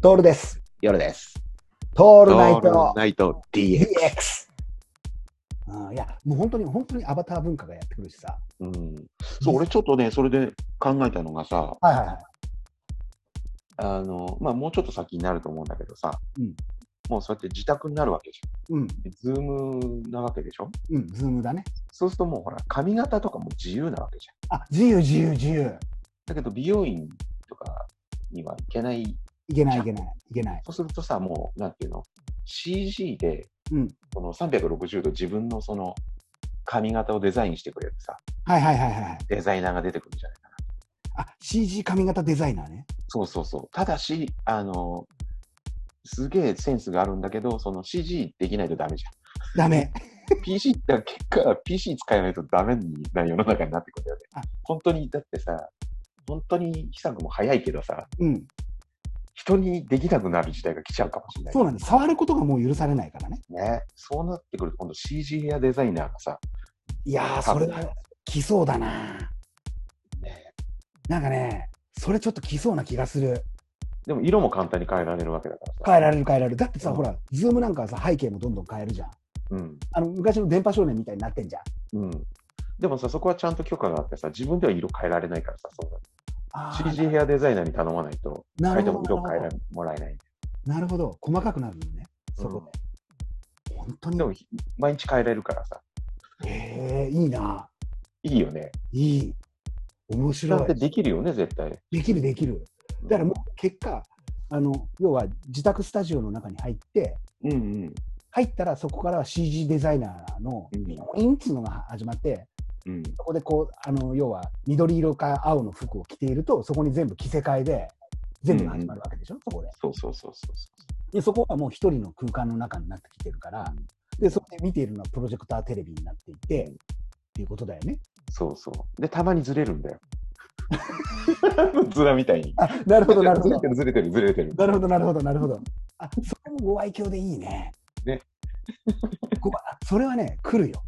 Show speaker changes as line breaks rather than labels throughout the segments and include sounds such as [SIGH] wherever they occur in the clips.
トールです。
夜です。
ト
オ
ールナイト
ナイト DX。
DX。うん、いや、もう本当に、本当にアバター文化がやってくるしさ。
うん。そう、俺ちょっとね、それで考えたのがさ、
はいはいはい。
あの、まあ、もうちょっと先になると思うんだけどさ、
うん
もうそうやって自宅になるわけじ
うん、
ゃん。ズームなわけでしょ
うん、ズームだね。
そうするともうほら、髪型とかも自由なわけじゃん。
あ、自由、自由、自由。
だけど美容院とかには行けない。
いけない、いけない、いけない。
そうするとさ、もう、なんていうの ?CG で、
うん。
この360度自分のその髪型をデザインしてくれるさ、
はいはいはいはい。
デザイナーが出てくるじゃないかな。
あ、CG 髪型デザイナーね。
そうそうそう。ただし、あの、すげえセンスがあるんだけど、その CG できないとダメじ [LAUGHS]
ダ [LAUGHS] メ。
ゃん。PC って結果、PC 使えないとダメな世の中になってくるんだよね
あ。
本当に、だってさ、本当に秘策も早いけどさ、
うん。
人にできなくなる時代が来ちゃうかもしれない。
そうなんです。触ることがもう許されないからね。
ね。そうなってくると、今度 CG やデザイナーがさ、
いやー、それは来そうだな。
ね
なんかね、それちょっと来そうな気がする。
でも色も簡単に変えられるわけだからさ。
変えられる変えられる。だってさ、
うん
ほら、ズームなんかはさ、背景もどんどん変えるじゃん。
うん。
あの、昔の電波少年みたいになってんじゃん。
うん。でもさ、そこはちゃんと許可があってさ、自分では色変えられないからさ、そんな
あー
CG ヘアデザイナーに頼まないと、
な
変え
る
て
ほ
も
ど
色
な
変
る
え
ほ
ら
ど。
もらえない。
なるほど。細かくなるのね。そこで。本当
でも
に。、
毎日変えられるからさ、
へえ、いいな。
いいよね。
いい。面
だ
白
っ
い
て。できるよね、絶対。
できるできる。だからもう結果、あの、要は自宅スタジオの中に入って、
うんうん。
入ったらそこからは CG デザイナーの
うん
インツのが始まって、
うん。
そこでこう、あの、要は緑色か青の服を着ていると、そこに全部着せ替えで、全部が始まるわけでしょ、そこで。
そうそうそうそうそ
で、そこはもう一人の空間の中になってきてるから、で、そこで見ているのはプロジェクターテレビになっていて、っていうことだよね。
う。そうそう。で、たまにずれるん
[LAUGHS]
だよ。ズラみたいに。
あ、なるほど、なるほ
ず
ど
れて。る、ずれてる、ずれて
[LAUGHS]
る。
なるほど、なるほど、なるほど。あ、それもご愛嬌でいいね。
ね。
[LAUGHS] ごあそれはね、来るよ。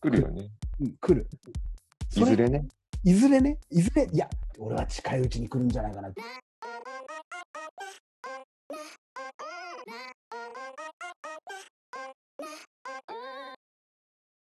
来るよね。
うん、来る。
い
そ
ず
れ
れね。
いずれね、いずれ、いや、俺は近いうちに来るんじゃないかなって。